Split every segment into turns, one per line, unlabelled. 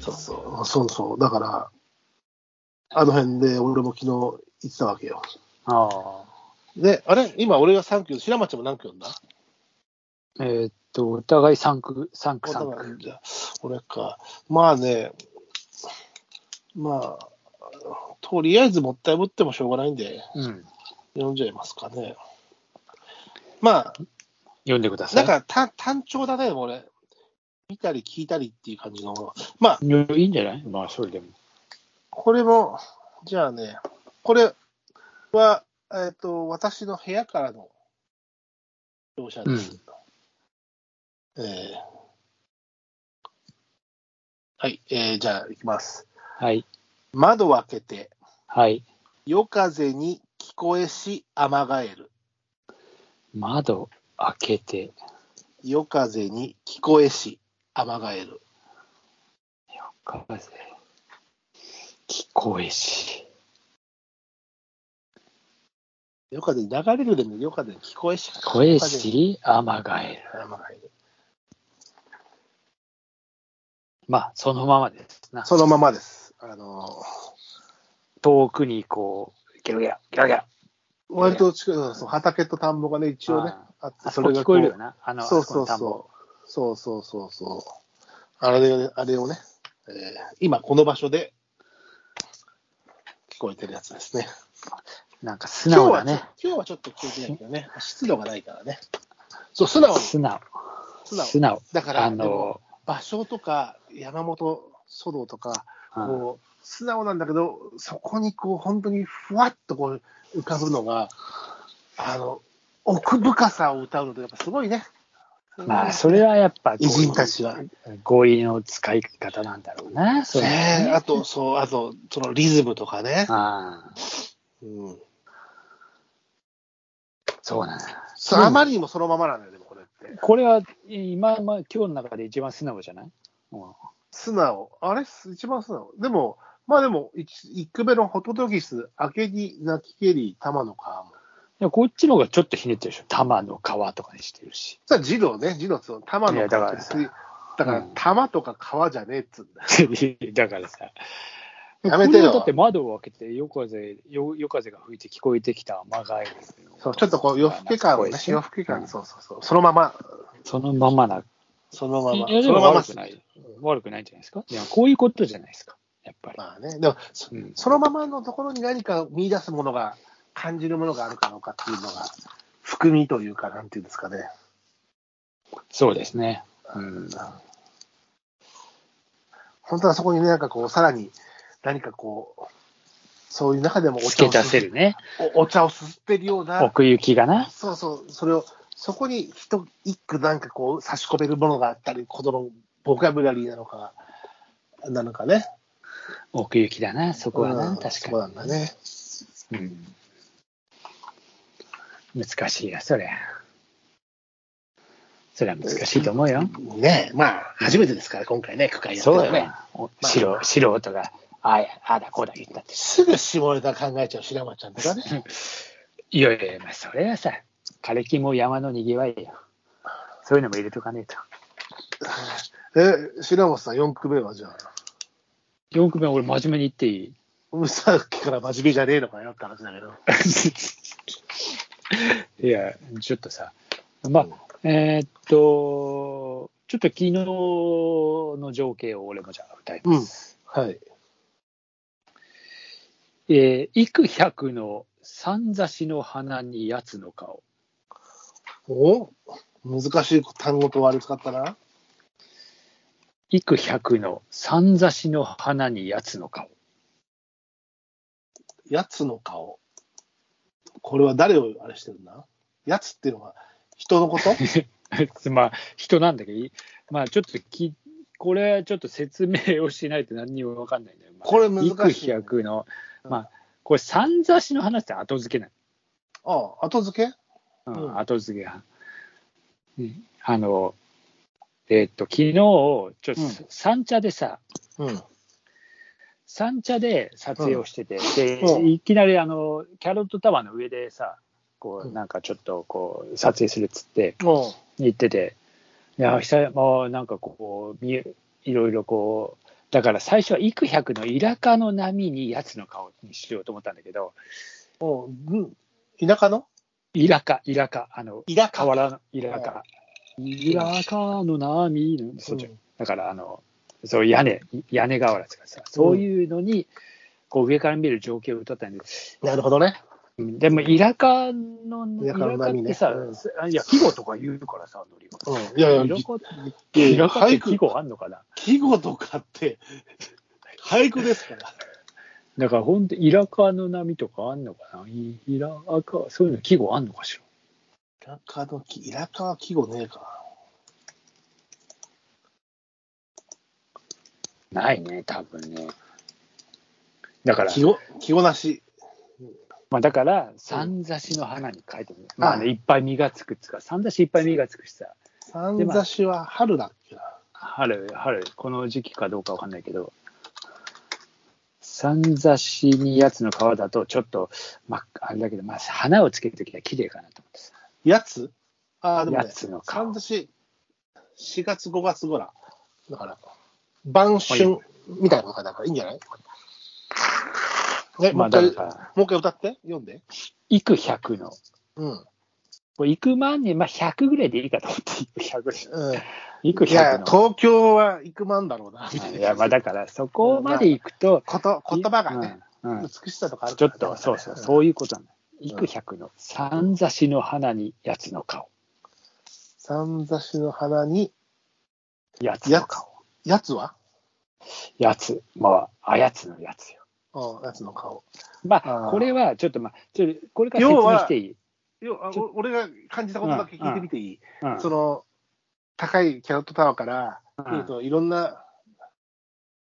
そうそう。だから、あの辺で俺も昨日行ってたわけよ。
ああ。
で、あれ今俺が3級、白町も何級なんだ
えーっと、お互い3区、3区、
まあ
3
だから
区。
じゃあ俺か。まあね、まあ、とりあえずもったいぶってもしょうがないんで、
うん。
読んじゃいますかね。ま
読んでくだ
あ、
さ。
ないんか単単調だね、俺。見たり聞いたりっていう感じの。まあ、
いいんじゃないまあ、それでも。
これも、じゃあね、これは、えっ、と、私の部屋からの描写です。えーはい、えーじゃあ行きます。
はい。
窓を開けて、
はい。
夜風に聞こえし、アマガエル。
窓開けて、
夜風に聞こえし、アマガエル。
風、聞こえし。
夜風に流れるでも夜風に聞こえし。
聞こえし、アマガエル。
アマガエル。
まあ、そのままですな。
そのままです。あのー
遠くにこう、ギャギャ、ギャギャ。
割と近く、そう畑と田んぼがね、一応ね、あって、
あそこ聞こえるよな。あの、
そうそう
あそこの
そう。そうそうそうそう。あれをね、あれをね、えー今この場所で聞こえてるやつですね。
田んぼなんか素直だ
今日は
ね
ちょ。今日はちょっと聞いてないけどね、湿度がないからね。そう、素直に。
素直。
素直
素直。
だから、
あ
でも
の、
場所とか山本書道とか、
うん
こう、素直なんだけど、そこにこう、本当にふわっとこう浮かぶのが、あの、奥深さを歌うので、やっぱすごいね。
まあ、それはやっぱ、
偉人たちは。
語彙の使い方なんだろうな。そう
ねえ、あと、そう、あと、そのリズムとかね。
ああ、
うん。
そうなんだ。
そうあまりにもそのままなんだよ、でもこれって。
これは今、まあ、今日の中で一番素直じゃない、うん
素直。あれ一番素直。でも、まあでも、一一句目のホトトギス、明けに泣きけり、玉の川も。
いやこっちの方がちょっとひねってるでしょ。玉の川とかにしてるし。
さあ、児童ね、児童その玉
い
の
やだから
すだから
うん
玉とか川じゃねえっつうんだ。
だからさ。
やめてよ
これはだって窓を開けて夜風、夜夜風が吹いて聞こえてきた雨がえる。
そう、ちょっとこう、夜更け感をね
聞こえ、て
夜更け
う
感、
ん
そうそうそう。そのまま、
そのままな。
そのまま、
いやで
そ
も
のまま
悪くない。悪くないんじゃないですか。いや、こういうことじゃないですか。やっぱり。
まあね、でも、そ
うん
そのままのところに何か見出すものが、感じるものがあるかどうかっていうのが、含みというか、なんていうんですかね。
そうですね。うん。
本当はそこにね、なんかこう、さらに何かこう、そういう中でもお茶
付
を
け足せるね。
おお茶をすすってるような、
奥行きがな。
そうそう、それを、そこに一一句なんかこう、差し込めるものがあったり、子供のボキャブラリーなのか、なのかね。
奥行きだな。そこは
う
な。
ん
確か
そ
に
う。なんだね。
うん難しいや、そりゃ。そりゃ難しいと思うよ。
ねえ、まあ、初めてですから、今回ね、区会やって
そう
る
だ
ね
ね。。お素人素人が、あああだこうだ言った って。
すぐ下ネタ考えちゃう白間ちゃんとかね。
いやいやいや、まあ、それはさ、枯れ木も山のにぎわいよ。そういうのも入れとかねえと。
え、白本さん、4句目はじゃあ、
4句目俺真面目に言っていい
さっきから真面目じゃねえのかよって話だけど。
いや、ちょっとさ、まあ、えーっと、ちょっと昨日の情景を俺もじゃあ歌います。
うん。はい。
えー、幾百のさんざしの花にやつの顔。
お難しい単語と割り使ったな。
幾百のさんざしの花にやつの顔。
やつの顔。これは誰をあれしてるんだやつっていうのは人のこと
まあ、人なんだけど、まあ、ちょっとき、これはちょっと説明をしないと何にも分かんないんだよ。まあ
これ難しい
幾百の、
うん
まあ、これ、さんざしの花って後付けな
ああ、後付け
の。う、
うんん
後付けが。うんあの、えーっと、昨日、ちょっと
うん、
三茶でさ、
うん。
三茶で撮影をしてて、
うん
でいきなりあのキャロットタワーの上でさこ
う
うんなんかちょっとこう撮影するっつって
おう
行ってていや久々もうなんかこう見えいろいろこうだから最初は幾百のイラカの波にやつの顔にしようと思ったんだけど、
おうん、田舎の
イラカ、イラカ、あの、
田舎
河原のイラカ。イラカの波の、そうじゃん
うん
だから、あの、そう屋根、屋根瓦とかさ、そういうのに、こう上から見る情景を歌ったんです。
なるほどね。
うんでも、イラカの、イ
イラ
ラ
カの
カっ
波
て
ね
さ、
うん
あいや、季語とか言うからさ、ノリは。
うん、いやいや、
イラ
ぎ
カ
い
イ
や
ラカって
俳
季
句、
語あんのかな
季語とかって、俳句ですから。
だから、ほんと、イラカの波とかあんのかなイイラカ、そういうの季語あんのかしら
イラカの季、イラカは季語ねえか。
ないね、多分ね。だから、
季語、季語なし。
まあ、だから、三差しの花に書いてみる。
うん
まあね、いっぱい実がつくっつうか、三差しいっぱい実がつくしさ、
三差しは春だっけな。
春、春、この時期かどうかわかんないけど、三差しにやつの皮だと、ちょっと、まあ、あれだけど、まあ、花をつけるときは綺麗かなと思ってさ。
やつああ、でもね、
やつの皮
三差し、4月、5月ごら。だから、晩春みたいなのがだからいいんじゃないね、
ま
もう
あ、
一回、
だから、
もう一回歌って、読んで。
幾百の、
うん。
これ幾万年、まあ、百ぐらいでいいかと思って、幾百ぐらい。
うん、
幾
いや
百、の。
東京は行くまんだろうな、みたい
い
な。
や、まあ、だから、そこまで行くと、
こと言葉がね、
うん、うん
美しさとかある
ちょ
から
っ
ね
と、そうそう、そういうことなんだ。幾百の三差しの花にやつの顔。
三差しの花に、
やつの顔。
やつは
やつ。まあ、あやつのやつよ。
うん、やつの顔。
ま
あ
あ、
ー
これは、ちょっとまあ、ちょっと、これから説明していい。
要はお俺が感じたことだけ聞いてみていい、
うん
その高いキャロットタワーから見るといろんな、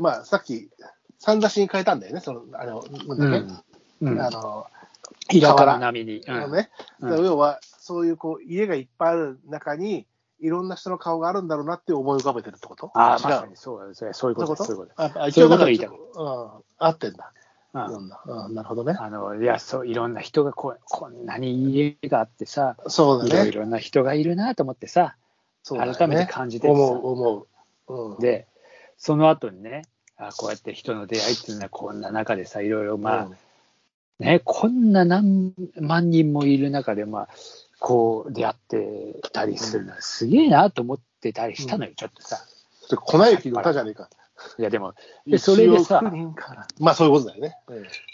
まあさっき三差しに変えたんだよね、そのあのなんだっけ、
うんうん
あの
イラカの波に。うん
あのね、
うん
だから要はそういうこう家がいっぱいある中にいろんな人の顔があるんだろうなって思い浮かべてるってこと
ああ、
違う
まさにそうだそうだそういうことだ
そ
そう
い
ういうう
こ
こと
とああ
そういうことが
一応なんかうん、合ってんだ、
だ
いろ
うん
んな、うん、なるほどね。
あの、いや、そう、いろんな人がこう、こんなに家があってさ、
そう
い
だ
ろ
ね
い。ろな人がいるなと思ってさ、
そうだよね
改めて感じてるさ
思う、思う。うん、
で、その後にね、あこうやって人の出会いっていうのはこんな中でさ、いろいろまあ、
うん
ね、こんな何万人もいる中で、まあ、こう出会ってたりするのはすげえなと思ってたりしたのよ、ちょっとさ。
で粉雪の歌じゃねえか。
いや、でも、でそれでさ
1億人からまあそういうことだよね。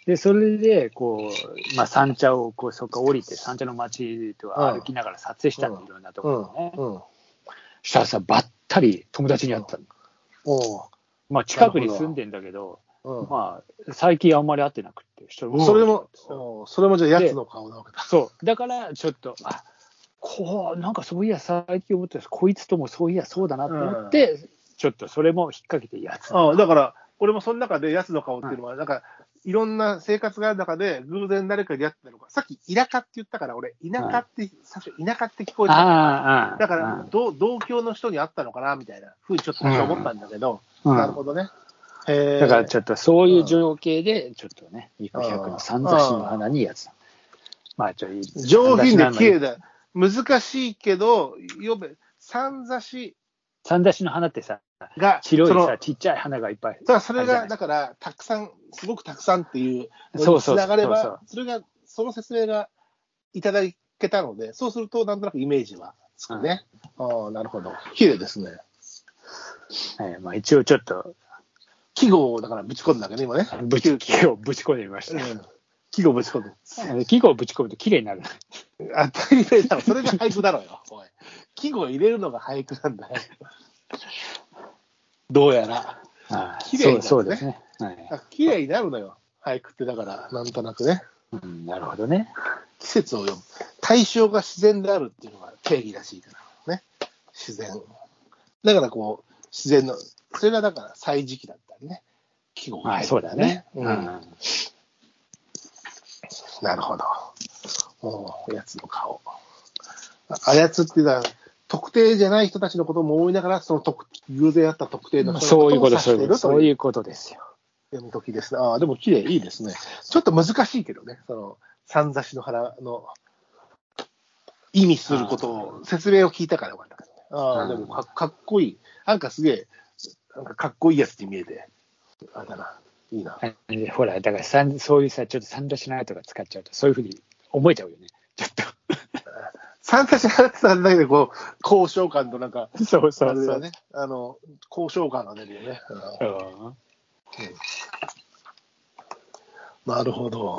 でそれで、こう、まあ、三茶を、こう、そこ降りて、三茶の街とか
うん
歩きながら撮影したの、
うん
いろんなと
う
こ
ん。
ろね。
うん。
したらさ、ばったり友達に会ったの。
お
まあ、近くに住んでんだけど、
ううん。
まあ、最近あんまり会ってなくって、そ
それも、うんそれもじゃあ、やつの顔なわけだ。
そう、だからちょっと、あこう、なんかそういや、最近思ってたこいつともそういや、そうだなと思って、ちょっとそれも引っ掛けてやつ。
ああだから、俺もその中で、やつの顔っていうのは、なんか、いろんな生活がある中で、偶然誰かに出会ってたのか、さっき、田舎って言ったから、俺、田舎って、最初、田舎って聞こえ
あ
た。
あああ、
だから、どう同郷の人に会ったのかな、みたいなふうにちょっと私は思ったんだけど、
うん
なるほどね。へえ
だからちょっとそういう情景で、ちょっとね、いく100の三差しの花にやつ。まあ、ちょい
上品で綺麗
い。
だ。難しいけど、よべ、三差し
三差しの花ってさ、
が、
白い
その
さ、ちっちゃい花がいっぱい。
だからそれ
あ
が、
れじゃない
だから、たくさん、すごくたくさんっていう
そうそう
繋がれば、
そう
れが、その説明がいただけたので、そうすると、なんとなくイメージはつくね。ああ、なるほど。綺麗ですね。
えーまあ、一応ちょっと、
季語を、だから、ぶち込んだわけね、今ね。
ぶち、木をぶち込んでみまし
うん季語をぶち込む。
た。木をぶち込むと綺麗になる。
当たり前だろ。それが俳句だろうよ。 おい。季語を入れるのが俳句なんだよ。どうやら。
ああ
綺麗になるね
そうそうですね。はい
あ綺麗になるのよ。俳句って、だから、なんとなくね。
うん、なるほどね。
季節を読む対象が自然であるっていうのが定義らしいからね自然だからこう自然のそれがだから歳時期だったりね季語が
まあ
入って
そうだね。
うんなるほどもうやつの顔ああやつっていうのは特定じゃない人たちのことも思いながらその特偶然あった特定の人の
そういう
こ
ことと、
を指し
そうい
ていう
こと、
る
そ
と
う
い
いううことですよ。
読み解きですねああでも綺麗いいですねちょっと難しいけどねその三差しの腹の意味することを説明を聞いたからよかったけどねああ
うん
でもかかっこいいなんかすげえなんかかっこいいやつに見えて、あれだな、いいな。
でほら、だからさんそういうさ、ちょっとサンドしないとか使っちゃうと、そういうふうに思えちゃうよね。ちょっ
参加しなってたんだけど、こう、交渉感となんか、
と。 そう
あ
そ
れ だね、あの、交渉感が出るよね。うん
うん
なるほど。